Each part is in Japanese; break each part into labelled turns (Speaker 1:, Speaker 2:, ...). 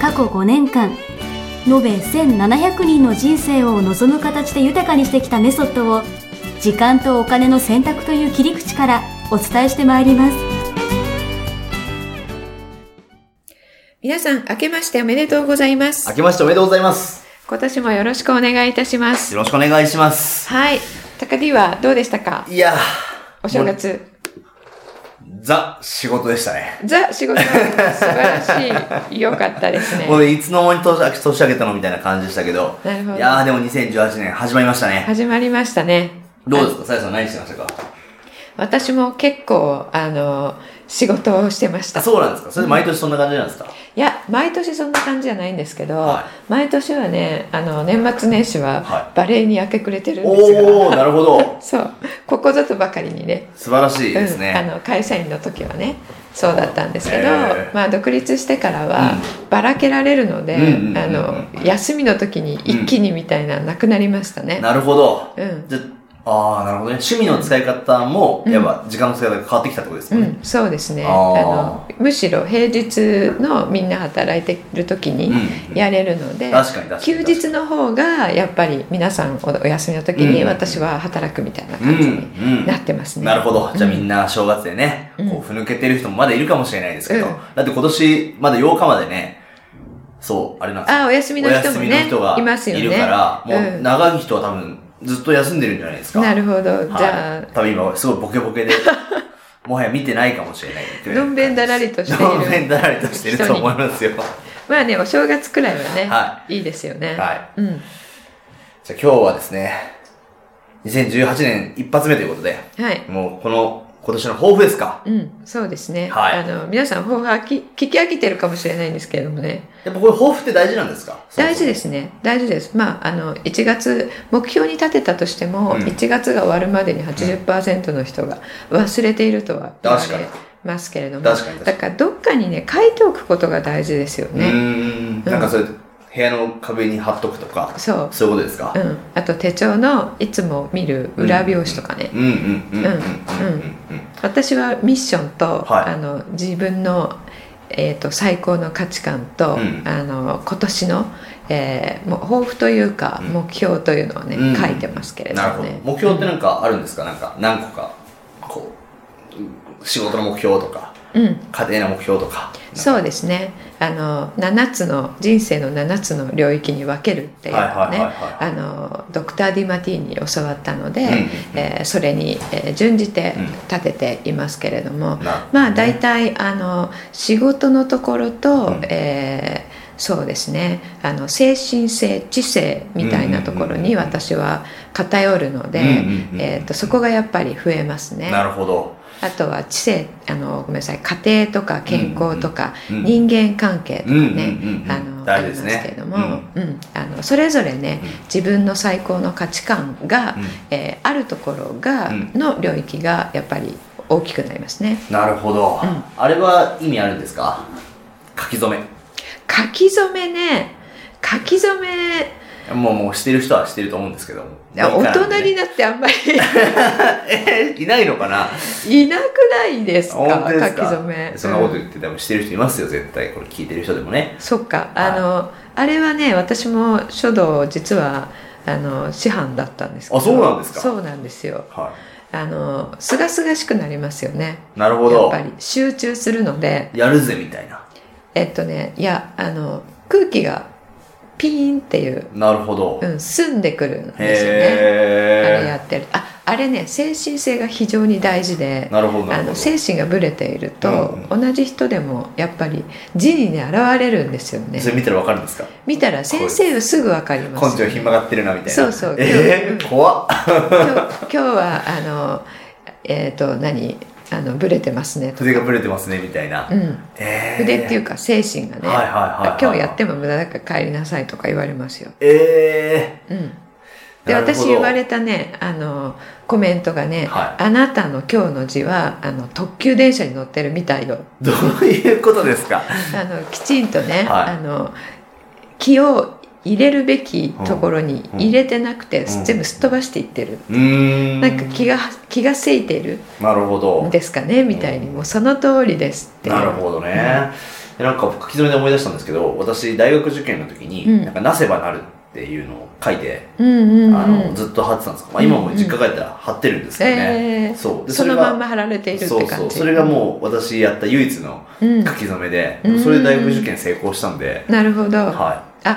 Speaker 1: 過去5年間延べ1700人の人生を望む形で豊かにしてきたメソッドを時間とお金の選択という切り口からお伝えしてまいります
Speaker 2: 皆さん、明けましておめでとうございます
Speaker 3: 明。けましておめでとうございます。
Speaker 2: 今年もよろしくお願いいたします。
Speaker 3: よろしくお願いします。
Speaker 2: はい。高 D はどうでしたか
Speaker 3: いや
Speaker 2: お正月。
Speaker 3: ー、ザ、仕事でしたね。
Speaker 2: ザ、仕事は素晴らしい。良かったですね。
Speaker 3: もういつの間に年明け年明けたのみたいな感じでしたけど。
Speaker 2: なるほど
Speaker 3: いやー、でも2018年始まりましたね。
Speaker 2: 始まりましたね。
Speaker 3: どうですかさやさん何してましたか
Speaker 2: 私も結構、あの、仕事をしてまし
Speaker 3: あ
Speaker 2: た。い
Speaker 3: そうなんですかそれで毎年そんな感じなんですか、
Speaker 2: や、毎年そんな感じじゃないんですけど、
Speaker 3: は
Speaker 2: 毎年はね、あの、年末年始は
Speaker 3: は
Speaker 2: バレエに明け暮れてるんですが、
Speaker 3: おー、なるほど。
Speaker 2: そう、ここぞとばかりにね、
Speaker 3: 素晴らしいです
Speaker 2: うん、あ
Speaker 3: ね。
Speaker 2: の会社員の時はねそうだったんですけど、
Speaker 3: へー
Speaker 2: まあ、独立してからはばらけられるので、
Speaker 3: うんうんうんうん
Speaker 2: あの休みの時に一気にみたいなのなくなりましたね。
Speaker 3: なるほど。
Speaker 2: うん
Speaker 3: じゃあー、なるほどね。趣味の使い方も、
Speaker 2: うん
Speaker 3: やっぱ時間の使い方が変わってきたってことです
Speaker 2: う
Speaker 3: よね。
Speaker 2: ん、そうですねあ
Speaker 3: あー
Speaker 2: のむしろ平日のみんな働いてる時に
Speaker 3: うん
Speaker 2: やれるので、
Speaker 3: 確かに確か
Speaker 2: 休
Speaker 3: に。
Speaker 2: 日の方がやっぱり皆さんおお休みの時に
Speaker 3: うん
Speaker 2: 私は働くみたいな
Speaker 3: うん、う
Speaker 2: 感じに
Speaker 3: ん。
Speaker 2: なってますね。
Speaker 3: なるほど。じゃあみん
Speaker 2: な、
Speaker 3: な正月でね、
Speaker 2: うん
Speaker 3: こう、ふぬけてる人もまだいるかもしれないですけど、
Speaker 2: うん
Speaker 3: だって今年、まだ8日までね、そう、あれなんですよ
Speaker 2: あお休みの
Speaker 3: お
Speaker 2: 人も
Speaker 3: 休みの
Speaker 2: ね
Speaker 3: 人が
Speaker 2: いますよね。
Speaker 3: いるから、も
Speaker 2: う
Speaker 3: うん長い人は多分ずっと休んでるんじゃないですか。
Speaker 2: なる
Speaker 3: ほ
Speaker 2: ほど、じゃあ
Speaker 3: 多分今すごいボケボケで、 もはや見てないかもしれないっていう
Speaker 2: のんべんだらりとしている
Speaker 3: のんべんだらりとしてると思いますよ。は
Speaker 2: まあね、お正月くらいはね、、
Speaker 3: はい
Speaker 2: いですよね。
Speaker 3: い。
Speaker 2: うん。
Speaker 3: じゃあ今日はですね、2018年一発目ということで、
Speaker 2: はい。
Speaker 3: もうこの今年の抱負ですか。
Speaker 2: うん、そうですね。
Speaker 3: はい
Speaker 2: あの、皆さん、抱負はき聞き飽きてるかもしれないんですけれどもね。
Speaker 3: やっぱこれ抱負って大事なんですか
Speaker 2: 大事
Speaker 3: で
Speaker 2: です
Speaker 3: す
Speaker 2: ね。大事です。まあ、あの、1月、目標に立てたとしても、
Speaker 3: うん
Speaker 2: 1月が終わるまでに80%の人が忘れているとは言われ
Speaker 3: 確かに
Speaker 2: ますけれども。
Speaker 3: 確かに確か
Speaker 2: だ
Speaker 3: に
Speaker 2: から、どっかにね、書いておくことが大事ですよ
Speaker 3: うー
Speaker 2: ね。
Speaker 3: んなんかそれ、部屋の壁に貼っとくとか、
Speaker 2: そう。
Speaker 3: そういうことですか
Speaker 2: う、ん。あと、手帳のいつも見る裏表紙とかね。
Speaker 3: うん、うんうんうんうんうんうん
Speaker 2: 私はミッションと、
Speaker 3: はい
Speaker 2: あの自分の、えー、と最高の価値観と、
Speaker 3: うん
Speaker 2: あの今年の、えーもう抱負というか、
Speaker 3: うん
Speaker 2: 目標というのをね、
Speaker 3: うん
Speaker 2: 書いてますけれど
Speaker 3: なる
Speaker 2: も
Speaker 3: ほど
Speaker 2: ね。
Speaker 3: 目標ってなんかあるんですかなんか何個か、こう、仕事の目標とか、
Speaker 2: うんうん
Speaker 3: 家庭の目標とか。
Speaker 2: そうですねあの7つの人生の7つの領域に分けるっていうの
Speaker 3: はい
Speaker 2: を
Speaker 3: はいはい
Speaker 2: ね
Speaker 3: はい
Speaker 2: あのドクター・ディマティーに教わったので、
Speaker 3: うんうんうん
Speaker 2: えーそれに、えー準じて
Speaker 3: うん
Speaker 2: 立てていますけれども、
Speaker 3: なるほどね
Speaker 2: まあ大体あの仕事のところと、
Speaker 3: うん
Speaker 2: えーそうですねあの精神性知性みたいなところに
Speaker 3: うんうんうんうん
Speaker 2: 私は偏るので、
Speaker 3: うんうんうん
Speaker 2: えー、とそこがやっぱり増えますね。
Speaker 3: なるほど。
Speaker 2: あとは知性あのごめんなさい家庭とか健康とか、
Speaker 3: うんうん
Speaker 2: 人間関係とかね
Speaker 3: うんうんうんうん
Speaker 2: あのあ
Speaker 3: 大事
Speaker 2: り
Speaker 3: で
Speaker 2: ますす
Speaker 3: ね
Speaker 2: けれども、うんあのそれぞれね、
Speaker 3: うん
Speaker 2: 自分の最高の価値観が、
Speaker 3: うん
Speaker 2: えーあるところが、
Speaker 3: うん
Speaker 2: の領域がやっぱり大きくなりますね。
Speaker 3: なるほど、
Speaker 2: うん
Speaker 3: あれは意味あるんですか書き初め。
Speaker 2: 書き初めね書き初め
Speaker 3: もう、もうしてる人はしてると思うんですけども。
Speaker 2: 大人に
Speaker 3: な
Speaker 2: なってあんまり
Speaker 3: え いないのかない
Speaker 2: なくないです
Speaker 3: 本
Speaker 2: か
Speaker 3: 当です
Speaker 2: 書き
Speaker 3: か
Speaker 2: 初め
Speaker 3: そんなこと
Speaker 2: うん
Speaker 3: 言って多分してる人いますよ、絶対。これ聞いてる人でもね。
Speaker 2: そっかあの、あれはね私も書道実はあの師範だったんですけど
Speaker 3: あそうなんですか
Speaker 2: そうなんですよ
Speaker 3: は
Speaker 2: あのすがすがしくなりますよね
Speaker 3: い。なるほ
Speaker 2: やっ
Speaker 3: ど
Speaker 2: ぱ。り集中するので
Speaker 3: やるぜ、みたいな。
Speaker 2: えっとねいやあの空気がピーンっていう、
Speaker 3: なるほど。
Speaker 2: うん、澄んでくるんですよねあれ
Speaker 3: へ
Speaker 2: やってるああれね精神性が非常に大事で
Speaker 3: ー。なるほど、
Speaker 2: あ
Speaker 3: なるほ
Speaker 2: の
Speaker 3: ど。
Speaker 2: 精神がぶれていると、
Speaker 3: う
Speaker 2: 同じ人でもやっぱり字にね現れるんですよね
Speaker 3: それ見たらわかるんですか
Speaker 2: 見たら先生はすぐ分かります
Speaker 3: 根性ひん曲がってるな、みたいな。
Speaker 2: そうそう
Speaker 3: えー、怖っ。
Speaker 2: 今日今日はあのえっ、と何あのブレてますねと
Speaker 3: 筆がブレてますねみたいな、
Speaker 2: うん、
Speaker 3: えー
Speaker 2: 筆っていうか精神がね、
Speaker 3: はいはいはいはい
Speaker 2: 今日やっても無駄だから帰りなさいとか言われますよ、
Speaker 3: え
Speaker 2: うん、
Speaker 3: ー、
Speaker 2: で
Speaker 3: なるほ
Speaker 2: 私
Speaker 3: ど
Speaker 2: 言われたねあのコメントがね、
Speaker 3: は
Speaker 2: あなたの今日の字はあの特急電車に乗ってるみたいよ」
Speaker 3: どういうことですか
Speaker 2: あのきちんとね、
Speaker 3: はい
Speaker 2: あの気を入れるべきところに入れてなくて、
Speaker 3: うん
Speaker 2: 全部すっ飛ばしていってる、
Speaker 3: うーん
Speaker 2: なんか気が気がせいている
Speaker 3: なるほど
Speaker 2: んですかねみたいに、もうその通りですって
Speaker 3: なるほどね、でなんか書き留めで思い出したんですけど私大学受験の時に、
Speaker 2: うん
Speaker 3: なんかなせばなるっていうのを書いて、
Speaker 2: うんうんうん
Speaker 3: あのずっと貼ってたんですよ、まあ、今も実家帰ったら貼ってるんですけどね、
Speaker 2: えー
Speaker 3: そうで
Speaker 2: その
Speaker 3: れが
Speaker 2: まんま貼られているって
Speaker 3: そ
Speaker 2: 感
Speaker 3: う
Speaker 2: じ
Speaker 3: そうそれがもう私やった唯一の
Speaker 2: うん
Speaker 3: 書き初めで、
Speaker 2: うん
Speaker 3: それで大学受験成功したんで、
Speaker 2: なるほど、
Speaker 3: はい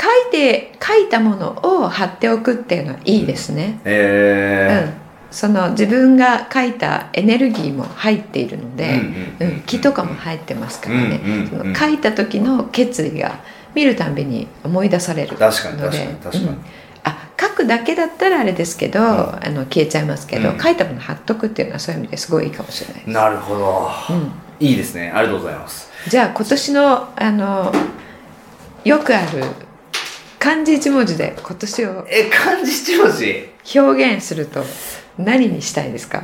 Speaker 2: 書いて書いたものを貼っておくっていうのはいいですね、うん
Speaker 3: え
Speaker 2: その自分が書いたエネルギーも入っているの
Speaker 3: ー
Speaker 2: で、
Speaker 3: う
Speaker 2: うんん、気とかも入ってますからね、
Speaker 3: うんうんうん
Speaker 2: その書いた時の決意が見るたんびに思い出されるので
Speaker 3: 確かに確かに確かに、
Speaker 2: うんあ書くだけだったらあれですけど、あの消えちゃいますけど、
Speaker 3: うん
Speaker 2: 書いたもの貼っとくっていうのはそういう意味ですごいいいかもしれない、
Speaker 3: なるほど、
Speaker 2: うん、
Speaker 3: いいですねありがとうございます
Speaker 2: じゃあ今年のあのよくある漢字一文字で今年を
Speaker 3: え漢字一文字
Speaker 2: 表現すると何にしたいですか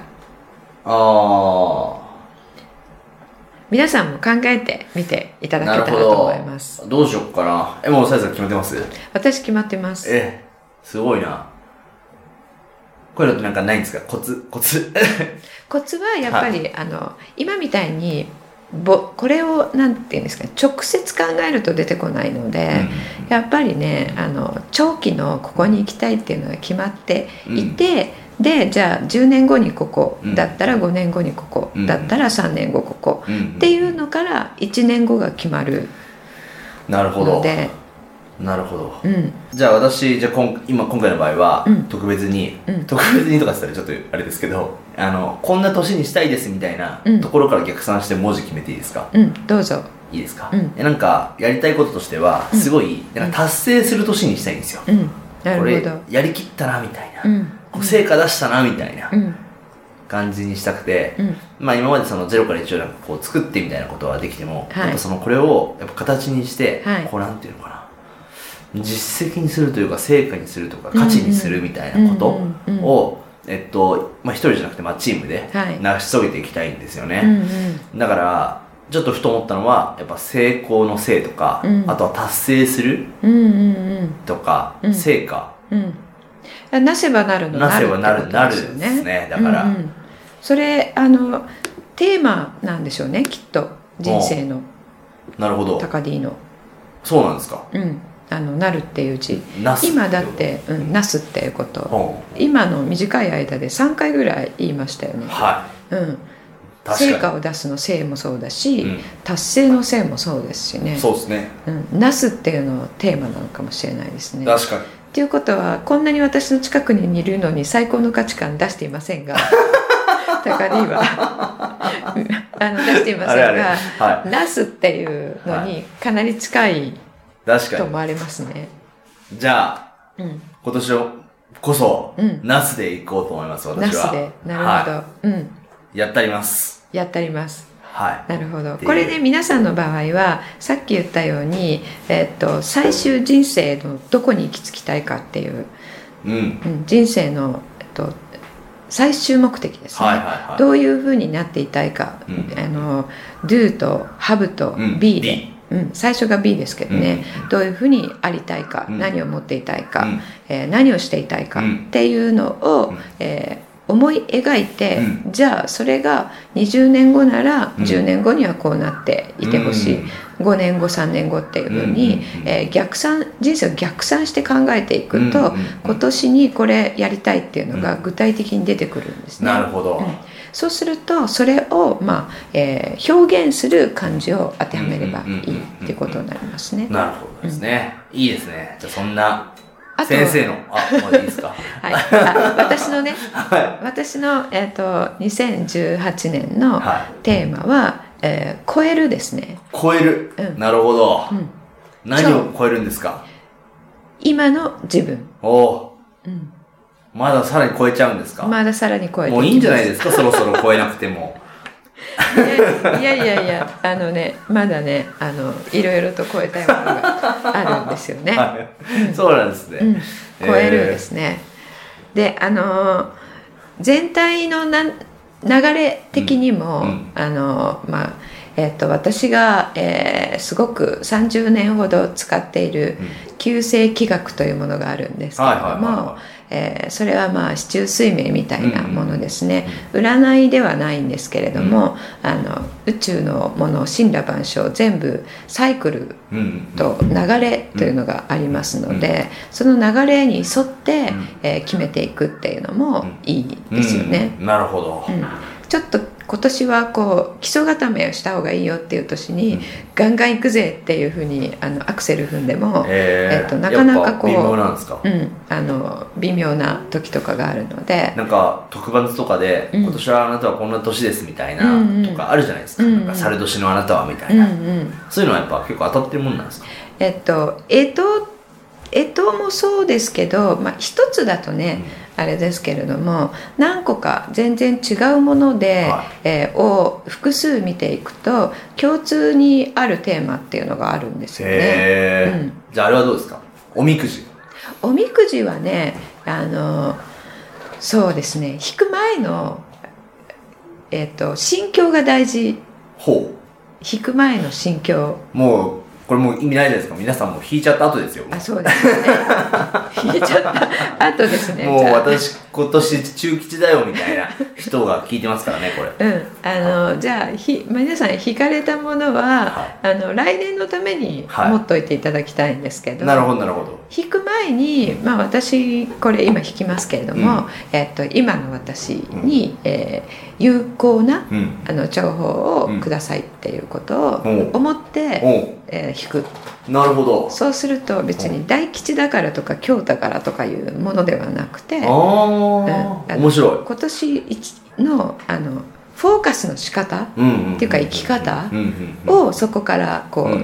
Speaker 3: ああ
Speaker 2: 皆さんも考えてみていただ
Speaker 3: な
Speaker 2: け
Speaker 3: る
Speaker 2: た
Speaker 3: ほ
Speaker 2: らと思います
Speaker 3: どどうしよっかなえもうサイズ決めてます
Speaker 2: 私決まってます
Speaker 3: えすごいなこういうのってなんかないんですかコツコツ
Speaker 2: コツはやっぱり、あの今みたいにぼこれをなんていうんですか直接考えると出てこないので、やっぱりねあの長期のここに行きたいっていうのが決まっていて、でじゃあ10年後にここ
Speaker 3: うん
Speaker 2: だったら5年後にここ、
Speaker 3: うん
Speaker 2: だったら3年後ここ、
Speaker 3: うんうん
Speaker 2: っていうのから1年後が決まる
Speaker 3: なるほ
Speaker 2: の
Speaker 3: ど
Speaker 2: で、
Speaker 3: なるほど
Speaker 2: うん、
Speaker 3: じゃあ私じゃあ今今今回の場合は、
Speaker 2: うん
Speaker 3: 特別に、
Speaker 2: うん
Speaker 3: 特別にとかしたらちょっとあれですけどあのこんな年にしたいですみたいな
Speaker 2: うん
Speaker 3: ところから逆算して文字決めていいですか、
Speaker 2: うん、どうぞ。
Speaker 3: いいですか、
Speaker 2: うん
Speaker 3: えなんかやりたいこととしては
Speaker 2: うん
Speaker 3: すごい、なんか達成する年にしたいんですよ、
Speaker 2: うん、な
Speaker 3: こ
Speaker 2: る
Speaker 3: れ
Speaker 2: ほど。
Speaker 3: やりきったなみたいな、
Speaker 2: うん、
Speaker 3: こう成果出したなみたいな
Speaker 2: うん、
Speaker 3: 感じにしたくて、
Speaker 2: うん、
Speaker 3: まあ今までそのゼロから一応なんかこう作ってみたいなことはできても、
Speaker 2: はい
Speaker 3: やっぱそのこれをやっぱ形にして、
Speaker 2: はい
Speaker 3: こうなんていうのかな実績にするというか成果にするとか価値にするみたいなことを、
Speaker 2: うんうんうん
Speaker 3: えっとまあ一人じゃなくてまあチームで
Speaker 2: はい
Speaker 3: 成し遂げていきたいんですよね、
Speaker 2: うん、うん。
Speaker 3: だからちょっとふと思ったのはやっぱ成功のせいとか、
Speaker 2: うん
Speaker 3: あとは達成する
Speaker 2: うんうん
Speaker 3: とか、
Speaker 2: うん
Speaker 3: 成果
Speaker 2: うんうんなせばなるの
Speaker 3: なせばなるな
Speaker 2: って
Speaker 3: る
Speaker 2: こと
Speaker 3: ん
Speaker 2: で
Speaker 3: ですす
Speaker 2: よね
Speaker 3: ねだから、
Speaker 2: うんうんそれあのテーマなんでしょうねきっと人生の
Speaker 3: なるほど
Speaker 2: 高カディの
Speaker 3: そうなんですか
Speaker 2: うんあのなるっていう字
Speaker 3: なす
Speaker 2: 今だってうんなすっていうこ
Speaker 3: う
Speaker 2: と
Speaker 3: ん
Speaker 2: 今の短い間で3回ぐらい言いましたよね、
Speaker 3: は
Speaker 2: うん、
Speaker 3: い確かに
Speaker 2: 成果を出すのせいもそうだし、
Speaker 3: うん
Speaker 2: 達成のせいもそうですしね
Speaker 3: そうですね
Speaker 2: うん、なすっていうのをテーマなのかもしれないですね
Speaker 3: 確かに
Speaker 2: っていうことはこんなに私の近くにいるのに最高の価値観出していません が高利はあの出していませ
Speaker 3: あれあ
Speaker 2: ん
Speaker 3: れ
Speaker 2: が
Speaker 3: は
Speaker 2: ナスっていうのにかなり近い
Speaker 3: い確か
Speaker 2: と思われますね。
Speaker 3: にじゃあ
Speaker 2: うん、
Speaker 3: 今年こそ、
Speaker 2: うん
Speaker 3: ナスで行こうと思います私は
Speaker 2: ナスでなるほど、
Speaker 3: は
Speaker 2: うん
Speaker 3: い、やったります
Speaker 2: やったります。
Speaker 3: はい
Speaker 2: なるほど
Speaker 3: で
Speaker 2: これで皆さんの場合はさっき言ったように、えっと最終人生のどこに行き着きたいかっていう、
Speaker 3: うん
Speaker 2: うん、人生の、えっと最終目的ですね。
Speaker 3: はいはいはい
Speaker 2: どういうふうになっていたいか、
Speaker 3: うん
Speaker 2: あの do と have と
Speaker 3: うん
Speaker 2: B で、
Speaker 3: B
Speaker 2: うん最初が B ですけどね、どういうふうにありたいか、
Speaker 3: うん
Speaker 2: 何を持っていたいか、
Speaker 3: うん
Speaker 2: えー何をしていたいか
Speaker 3: うん
Speaker 2: っていうのを、
Speaker 3: うん
Speaker 2: えー思い描いて、
Speaker 3: う
Speaker 2: じゃあそれが20年後なら
Speaker 3: うん
Speaker 2: 10年後にはこうなっていてほしい、
Speaker 3: うん
Speaker 2: 5年後3年後っていうふうに、
Speaker 3: うんうんうん
Speaker 2: えー逆算人生を逆算して考えていくと、
Speaker 3: うんうんうん
Speaker 2: 今年にこれやりたいっていうのが具体的に出てくるんですね。
Speaker 3: なるほど、
Speaker 2: うんそうするとそれを、まあえー表現する漢字を当てはめればいいっていうことになりますね。
Speaker 3: なるほどですね、いいですねじゃあそんな
Speaker 2: あと
Speaker 3: 先生のあもういいですか
Speaker 2: はい、あ私のね
Speaker 3: は
Speaker 2: 私の、えー、と2018年の
Speaker 3: は
Speaker 2: テーマは「えー超える」ですね。
Speaker 3: 超える、
Speaker 2: うん
Speaker 3: なるほど、
Speaker 2: うん
Speaker 3: 何を超えるんですか
Speaker 2: 今の自分、
Speaker 3: おお
Speaker 2: うん
Speaker 3: まださらに超えちゃうんですか、
Speaker 2: まださらに超えて
Speaker 3: もういいんじゃない
Speaker 2: い
Speaker 3: ですかそろそろ超えなくても
Speaker 2: いやいやいやあのねまだねあのいろいろと超えたいものがあるんですよね。
Speaker 3: はいそうなんですね、
Speaker 2: うん、超えるですね。であのー全体のなん流れ的にも、
Speaker 3: うんうん
Speaker 2: あのーまあえっと私が、えーすごく30年ほど使っている
Speaker 3: うん
Speaker 2: 旧正気学というものがあるんですけれども、
Speaker 3: はいはいはいはい
Speaker 2: えーそれはまあ四柱推命みたいなものですね、占いではないんですけれども、あの宇宙のもの神羅万象全部サイクル
Speaker 3: うんうん
Speaker 2: と流れというのがありますので、その流れに沿って、えー決めていくっていうのもいいですよね。
Speaker 3: うんなるほど、
Speaker 2: うんちょっと今年はこう基礎固めをした方がいいよっていう年に、
Speaker 3: うん
Speaker 2: ガンガン行くぜっていうふうにあのアクセル踏んでも、
Speaker 3: え
Speaker 2: えっとなかなかこう
Speaker 3: やっぱ微妙なんですか、
Speaker 2: うん、あの微妙な時とかがあるので、
Speaker 3: なんか特番とかで、
Speaker 2: うん
Speaker 3: 今年はあなたはこんな年ですみたいな
Speaker 2: うんうん
Speaker 3: とかあるじゃないですか,、
Speaker 2: うんうん
Speaker 3: なんか猿年のあなたはみた
Speaker 2: う
Speaker 3: い
Speaker 2: んう
Speaker 3: な、
Speaker 2: ん、
Speaker 3: そういうのはやっぱ結構当たってるもんなんですか
Speaker 2: えっとえとえともそうですけど、まあ、一つだとね、あれですけれども何個か全然違うもので、
Speaker 3: は
Speaker 2: えーを複数見ていくと共通にあるテーマっていうのがあるんですよね。
Speaker 3: へえ、
Speaker 2: うん
Speaker 3: じゃああれはどうですかおみくじ
Speaker 2: おみくじはねあのそうですね引く前の、えっと心境が大事
Speaker 3: ほ
Speaker 2: 引く前の心境
Speaker 3: うもうこれもう意味ないじゃないですか皆さんもう引いちゃった後ですよ
Speaker 2: あそうです よね引いちゃったあとですね
Speaker 3: もう
Speaker 2: じゃあ
Speaker 3: 私今年中吉だよみたいな人が聞いてますからね これ
Speaker 2: うん、あのじゃあひ皆さん引かれたものは、
Speaker 3: は
Speaker 2: あの来年のために
Speaker 3: はい
Speaker 2: 持っといていただきたいんですけど、
Speaker 3: なるほどなるほど
Speaker 2: 引く前に、まあ、私これ今引きますけれども、
Speaker 3: う
Speaker 2: えっと、今の私に、えー有効な
Speaker 3: うん
Speaker 2: あの情報をくださいっていうことを
Speaker 3: うん
Speaker 2: 思って、
Speaker 3: お
Speaker 2: えー引く
Speaker 3: うなるほど
Speaker 2: そうすると別に大吉だからとか京だからとかいうものではなくて今
Speaker 3: あ
Speaker 2: うん
Speaker 3: あ面白い
Speaker 2: 年一のあのフォーカスの仕方
Speaker 3: っ
Speaker 2: っていうか生き方
Speaker 3: を
Speaker 2: をそこからこう、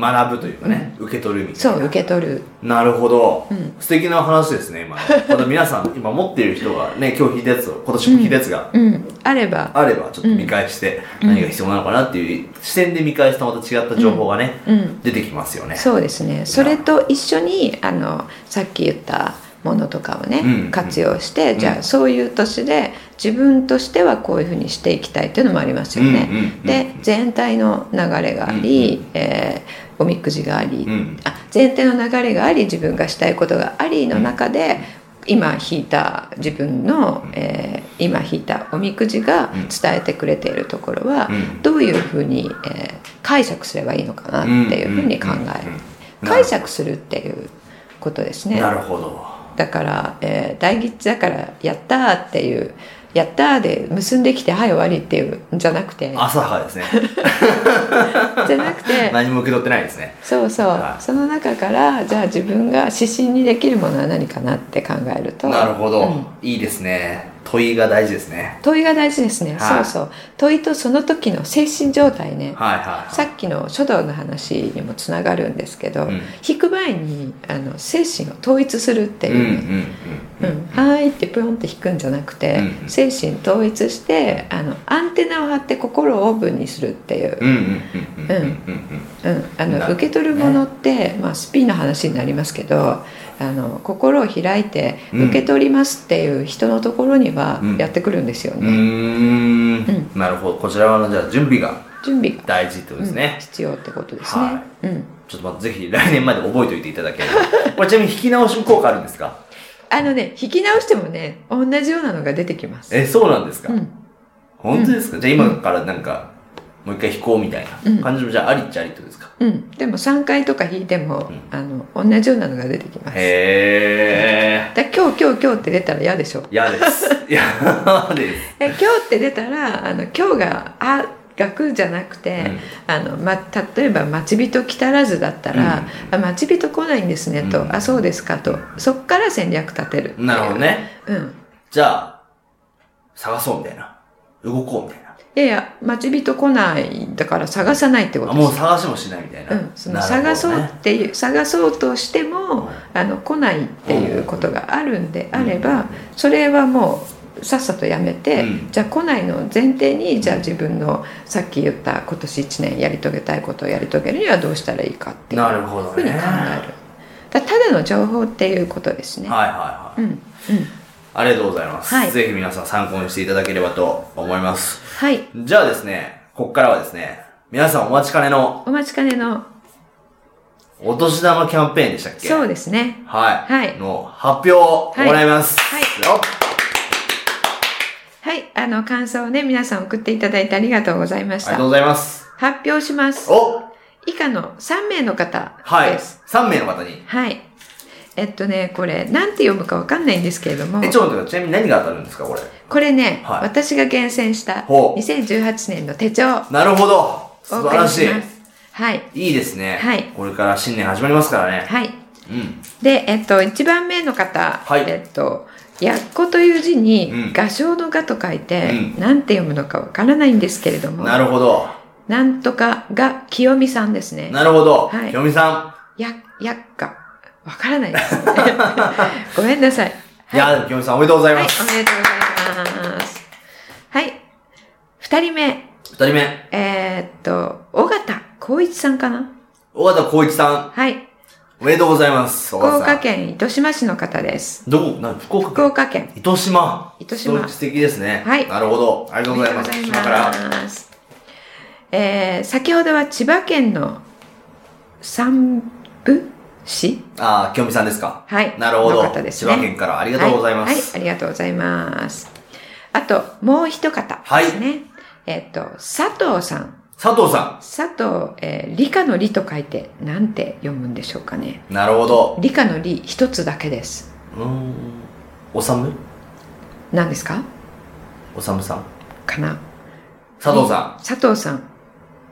Speaker 3: 学ぶというかね、受け取るみたい
Speaker 2: そ
Speaker 3: な
Speaker 2: う受け取る、
Speaker 3: なるほど、
Speaker 2: うん
Speaker 3: 素敵な話ですね今また皆さん 今持っている人がね今日弾いたやつを今年も弾いたやつが
Speaker 2: うん、あれば、
Speaker 3: あればちょっと見返して、
Speaker 2: うん
Speaker 3: 何が必要なのかなっていう視点で見返すとまた違った情報がね、
Speaker 2: うん、
Speaker 3: 出てきますよね
Speaker 2: そうですねそれと一緒にあのさっき言ったものとかをね、
Speaker 3: うん
Speaker 2: 活用して、
Speaker 3: うん
Speaker 2: じゃあそういう年で自分としてはこういうふうにしていきたいというのもありますよね。
Speaker 3: うんうんうん
Speaker 2: で全体の流れがあり、えーおみくじがあり、
Speaker 3: うん
Speaker 2: あ前提の流れがあり自分がしたいことがありの中で、今引いた自分の、えー今引いたおみくじが
Speaker 3: うん
Speaker 2: 伝えてくれているところは、
Speaker 3: うん
Speaker 2: どういうふうに、えー解釈すればいいのかなっていうふうに考える、
Speaker 3: うんうんうんうん
Speaker 2: 解釈するっていうことですね
Speaker 3: なるほど
Speaker 2: だから、えー大吉だからやったーっていうやったーで結んできてはい終わりっていうんじゃなくて
Speaker 3: 浅はかですね
Speaker 2: じゃなくて
Speaker 3: 何も受け取って ないですね
Speaker 2: そうそう、
Speaker 3: はい
Speaker 2: その中からじゃあ自分が指針にできるものは何かなって考えると
Speaker 3: なるほど、
Speaker 2: うん
Speaker 3: いいですね問いが大事ですね
Speaker 2: 問いが大事ですね、
Speaker 3: はい
Speaker 2: そうそう問いとその時の精神状態ね、
Speaker 3: はいはい
Speaker 2: さっきの書道の話にもつながるんですけど、
Speaker 3: うん
Speaker 2: 引く前にあの精神を統一するってい
Speaker 3: うんうん
Speaker 2: うね、
Speaker 3: う
Speaker 2: う
Speaker 3: ん
Speaker 2: んはーいってプロンって引くんじゃなくて、
Speaker 3: うん
Speaker 2: 精神統一してあのアンテナを張って心をオープンにするっていう、
Speaker 3: うんうんうんうんうんうん
Speaker 2: うん、あ
Speaker 3: なるほど
Speaker 2: の
Speaker 3: ね
Speaker 2: 受け取るものって、まあ、スピンの話になりますけどあの心を開いて
Speaker 3: うん
Speaker 2: 受け取りますっていう人のところには
Speaker 3: うん
Speaker 2: やってくるんですよ
Speaker 3: う
Speaker 2: ね、
Speaker 3: ーんなるほどこちらはじゃあ準備が
Speaker 2: 準備が、
Speaker 3: 大事ってことです
Speaker 2: うん
Speaker 3: ね、
Speaker 2: 必要ってことですね、
Speaker 3: は
Speaker 2: うん、
Speaker 3: ちょっとまずぜひ来年まで覚えておいていただければ これちなみに引き直し効果あるんですか
Speaker 2: あのね引き直してもね同じようなのが出てきます
Speaker 3: えそうなんですか、
Speaker 2: うん、
Speaker 3: 本当ですかじゃあ今からなんかもう一回引こうみたい
Speaker 2: うん
Speaker 3: な感じもじゃあありっちゃありってことですか、
Speaker 2: うん、でも3回とか引いても、
Speaker 3: うん
Speaker 2: あの同じようなのが出てきますだ
Speaker 3: へえ
Speaker 2: 今日今日今日って出たら嫌でしょ
Speaker 3: 嫌です嫌です、
Speaker 2: え今日って出たらあの今日が「あ」楽じゃなくて、あのま、例えば「待ち人来たらず」だったら「あ待ち人来ないんですね」と「
Speaker 3: うん
Speaker 2: あそうですか」とそっから戦略立てる
Speaker 3: うん、なるほど、ね
Speaker 2: うん、
Speaker 3: じゃあ探そうみたいな動こうみたいな
Speaker 2: や
Speaker 3: い
Speaker 2: いや待ち人来ないんだから探さないってこ
Speaker 3: あ
Speaker 2: とで
Speaker 3: もう
Speaker 2: す
Speaker 3: 探しもしないみたいな、
Speaker 2: うん、その
Speaker 3: なるほどね
Speaker 2: 探そうっていう、探そうとしてもあの来ないっていうことがあるんであれば、それはもうさっさとやめて、
Speaker 3: うん
Speaker 2: じゃあ来ないのを前提にじゃあ自分のさっき言った今年1年やり遂げたいことをやり遂げるにはどうしたらいいかっていう
Speaker 3: なるほどね
Speaker 2: ふうに考えるだただの情報っていうことですね。
Speaker 3: はいは
Speaker 2: う
Speaker 3: いは
Speaker 2: ん
Speaker 3: い。
Speaker 2: うん、
Speaker 3: ありがとうございます。
Speaker 2: はい
Speaker 3: ぜひ皆さん参考にしていただければと思います。
Speaker 2: はい
Speaker 3: じゃあですね、ここからはですね、皆さんお待ちかねの
Speaker 2: お待ちかねの
Speaker 3: お年玉キャンペーンでしたっけ
Speaker 2: そう
Speaker 3: で
Speaker 2: ですね
Speaker 3: す。はい。
Speaker 2: はい
Speaker 3: の発表をもらいます。
Speaker 2: はい
Speaker 3: よ
Speaker 2: はいあの感想をね皆さん送っていただいてありがとうございまし
Speaker 3: ありがとう
Speaker 2: た
Speaker 3: ございます。
Speaker 2: 発表します
Speaker 3: お
Speaker 2: 以下の3名の方
Speaker 3: はい。
Speaker 2: です
Speaker 3: 3名の方に。
Speaker 2: はい、えっとねこれなんて読むかわかんないんですけれども
Speaker 3: え、ちょっと待ってくださいちなみに何が当たるんですか、これ。
Speaker 2: これね、
Speaker 3: はい
Speaker 2: 私が厳選した
Speaker 3: ほう
Speaker 2: 2018年の手帳
Speaker 3: なるほど。
Speaker 2: お
Speaker 3: 素晴
Speaker 2: 送
Speaker 3: ら
Speaker 2: り
Speaker 3: し
Speaker 2: し
Speaker 3: い。
Speaker 2: ますはい
Speaker 3: いいですね。
Speaker 2: はい
Speaker 3: これから新年始まりますからね。
Speaker 2: はい
Speaker 3: うん。
Speaker 2: でえっと1番目の方、
Speaker 3: はい
Speaker 2: えっと「やっこ」という字に
Speaker 3: うん
Speaker 2: 「画商の画」と書いて、
Speaker 3: うん
Speaker 2: なんて読むのかわからないんですけれども
Speaker 3: なるほど。
Speaker 2: なんとかが清美さんですね
Speaker 3: なるほど。
Speaker 2: はい
Speaker 3: ひろみさ
Speaker 2: ややっかわからないです、ね、 ごめんなさい
Speaker 3: ん。いや、でもひろみさんおめでとうござい
Speaker 2: はい、
Speaker 3: ま
Speaker 2: お
Speaker 3: す。
Speaker 2: めでとうございます。はい。二人目、
Speaker 3: 二人目、
Speaker 2: えーっと、尾形光一さんかな
Speaker 3: 尾形光一さん。
Speaker 2: はい。
Speaker 3: おめでとうございます。
Speaker 2: 福
Speaker 3: 尾形さん
Speaker 2: 岡。県糸島市の方です。
Speaker 3: どこな福岡
Speaker 2: 福
Speaker 3: 県
Speaker 2: 岡県。
Speaker 3: 糸島。
Speaker 2: 糸島
Speaker 3: 素敵ですね。
Speaker 2: はい
Speaker 3: なるほど。ありがとうございます。
Speaker 2: あり
Speaker 3: 島
Speaker 2: がと
Speaker 3: か
Speaker 2: う
Speaker 3: ら
Speaker 2: ご。ざいます。えー、先ほどは千葉県の三部市
Speaker 3: あー、ひろみさんですか。
Speaker 2: はい。
Speaker 3: なるほど。
Speaker 2: の方ですね。
Speaker 3: 千葉県からありがとうございます。
Speaker 2: はい、はいありがとうございます。あと、もう一方ですね。えーっと、佐藤さん。
Speaker 3: 佐藤さ
Speaker 2: 佐藤、えー理科の理と書いてなんて読むんでしょうかね
Speaker 3: ん。なるほど。
Speaker 2: 理科の理一つだけです
Speaker 3: うーん。おさむ
Speaker 2: 何ですか
Speaker 3: おさむさん。
Speaker 2: かな
Speaker 3: 佐藤さ
Speaker 2: 佐藤さん
Speaker 3: ん。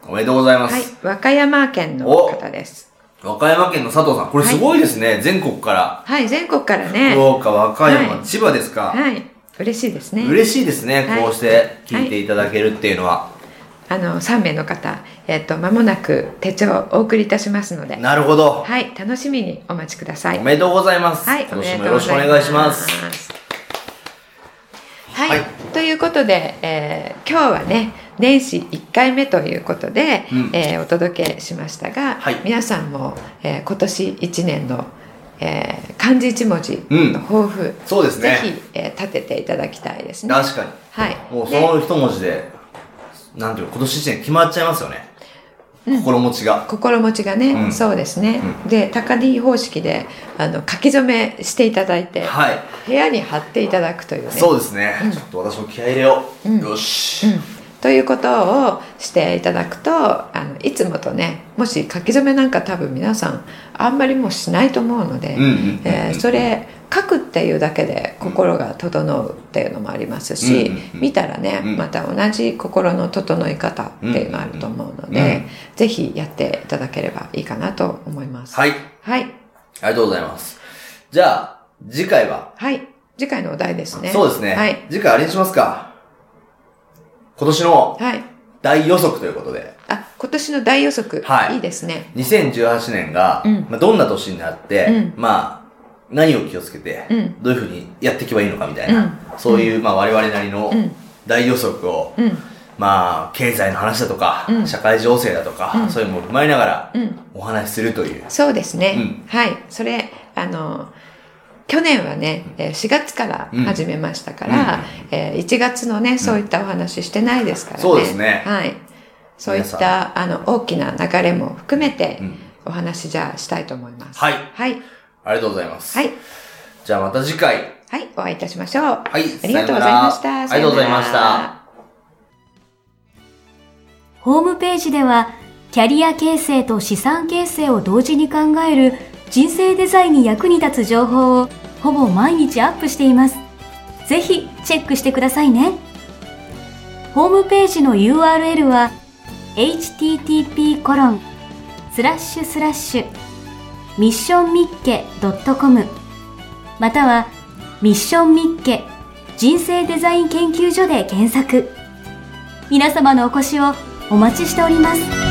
Speaker 3: おめでとうございます。
Speaker 2: はい和歌山県の方です
Speaker 3: 和歌山県の佐藤さん。これすごいですね。全国から。
Speaker 2: はい全国から
Speaker 3: 福
Speaker 2: ね
Speaker 3: 岡、和歌山、
Speaker 2: はい
Speaker 3: 千葉ですか。
Speaker 2: はい嬉しいですね
Speaker 3: 嬉しいですね、
Speaker 2: はい
Speaker 3: こうして聞いていただけるっていうのは。
Speaker 2: あの3名の方えっ、と間もなく手帳をお送りいたしますので
Speaker 3: なるほど、
Speaker 2: はい楽しみにお待ちください
Speaker 3: おめでとうございます。
Speaker 2: はい、
Speaker 3: 今年もよろしくお願いします。。
Speaker 2: はい、
Speaker 3: はい
Speaker 2: ということで、えー今日はね年始1回目ということで、
Speaker 3: うん
Speaker 2: えーお届けしましたが、
Speaker 3: はい
Speaker 2: 皆さんも、えー今年1年の、えー漢字一文字
Speaker 3: うん
Speaker 2: の抱負、
Speaker 3: そうです
Speaker 2: ぜ
Speaker 3: ね。
Speaker 2: ひ、えー立てていただきたいですね。
Speaker 3: 確かに。
Speaker 2: はい、
Speaker 3: もうそ
Speaker 2: で
Speaker 3: の一文字で、なんていうの、今年一年決まっちゃいますよね。心持ちが。
Speaker 2: 心持ちがね、
Speaker 3: うん
Speaker 2: そうですね、で高 D 方式であの書き初めしていただいて、
Speaker 3: はい。
Speaker 2: 部屋に貼っていただくというね
Speaker 3: そうですね。ちょっと私も気合い入れよう。よし、
Speaker 2: ということをしていただくとあのいつもとねもし書き初めなんか多分皆さんあんまりもうしないと思うので、
Speaker 3: うんうんうん
Speaker 2: えーそれ書くっていうだけで心が整うっていうのもありますし、
Speaker 3: うんうんうん
Speaker 2: 見たらね、
Speaker 3: うん
Speaker 2: また同じ心の整え方っていうのあると思うので、
Speaker 3: うんうんうん
Speaker 2: ぜひやっていただければいいかなと思います。
Speaker 3: はい。
Speaker 2: はい、
Speaker 3: ありがとうございます。じゃあ、次回は、
Speaker 2: はい次回のお題ですね。
Speaker 3: そうですね。
Speaker 2: はい、
Speaker 3: 次回あれにしますか。今年の
Speaker 2: はい、
Speaker 3: 大予測ということで。
Speaker 2: あ今年の大予測、
Speaker 3: はい
Speaker 2: いいですね。
Speaker 3: 2018年が、
Speaker 2: うん
Speaker 3: まあ、どんな年になって、
Speaker 2: う
Speaker 3: まあ、何を気をつけて、
Speaker 2: うん
Speaker 3: どういうふうにやっていけばいいのかみたいな、
Speaker 2: う
Speaker 3: そういう、まあ、我々なりの
Speaker 2: うん
Speaker 3: 大予測を、
Speaker 2: うん
Speaker 3: まあ、経済の話だとか、
Speaker 2: うん
Speaker 3: 社会情勢だとか、
Speaker 2: うん
Speaker 3: そういうのも踏まえながら
Speaker 2: うん
Speaker 3: お話しするという。
Speaker 2: そうですね、
Speaker 3: うん
Speaker 2: はいそれあの去年はねえー4月から始めましたから、えー1月のねそういったお話してないですからね、
Speaker 3: そうですね
Speaker 2: はいそういっ
Speaker 3: 皆
Speaker 2: たあの大きな流れも含めて
Speaker 3: うん
Speaker 2: お話じゃあしたいと思います
Speaker 3: はい
Speaker 2: はい
Speaker 3: ありがとうございます。
Speaker 2: はい、
Speaker 3: じゃあまた次回。
Speaker 2: はい、お会いいたしましょうあ
Speaker 3: はい、
Speaker 2: りがとうございまし
Speaker 3: さ
Speaker 2: た
Speaker 3: よならありがとうございまし
Speaker 2: さよなら
Speaker 3: た。
Speaker 1: ホームページでは、キャリア形成と資産形成を同時に考える人生デザインに役に立つ情報をほぼ毎日アップしています。ぜひチェックしてくださいね。ホームページの URL は http コロンスラッシュスラッシュミッションミッケ .com またはミッションミッケ人生デザイン研究所で検索。皆様のお越しをお待ちしております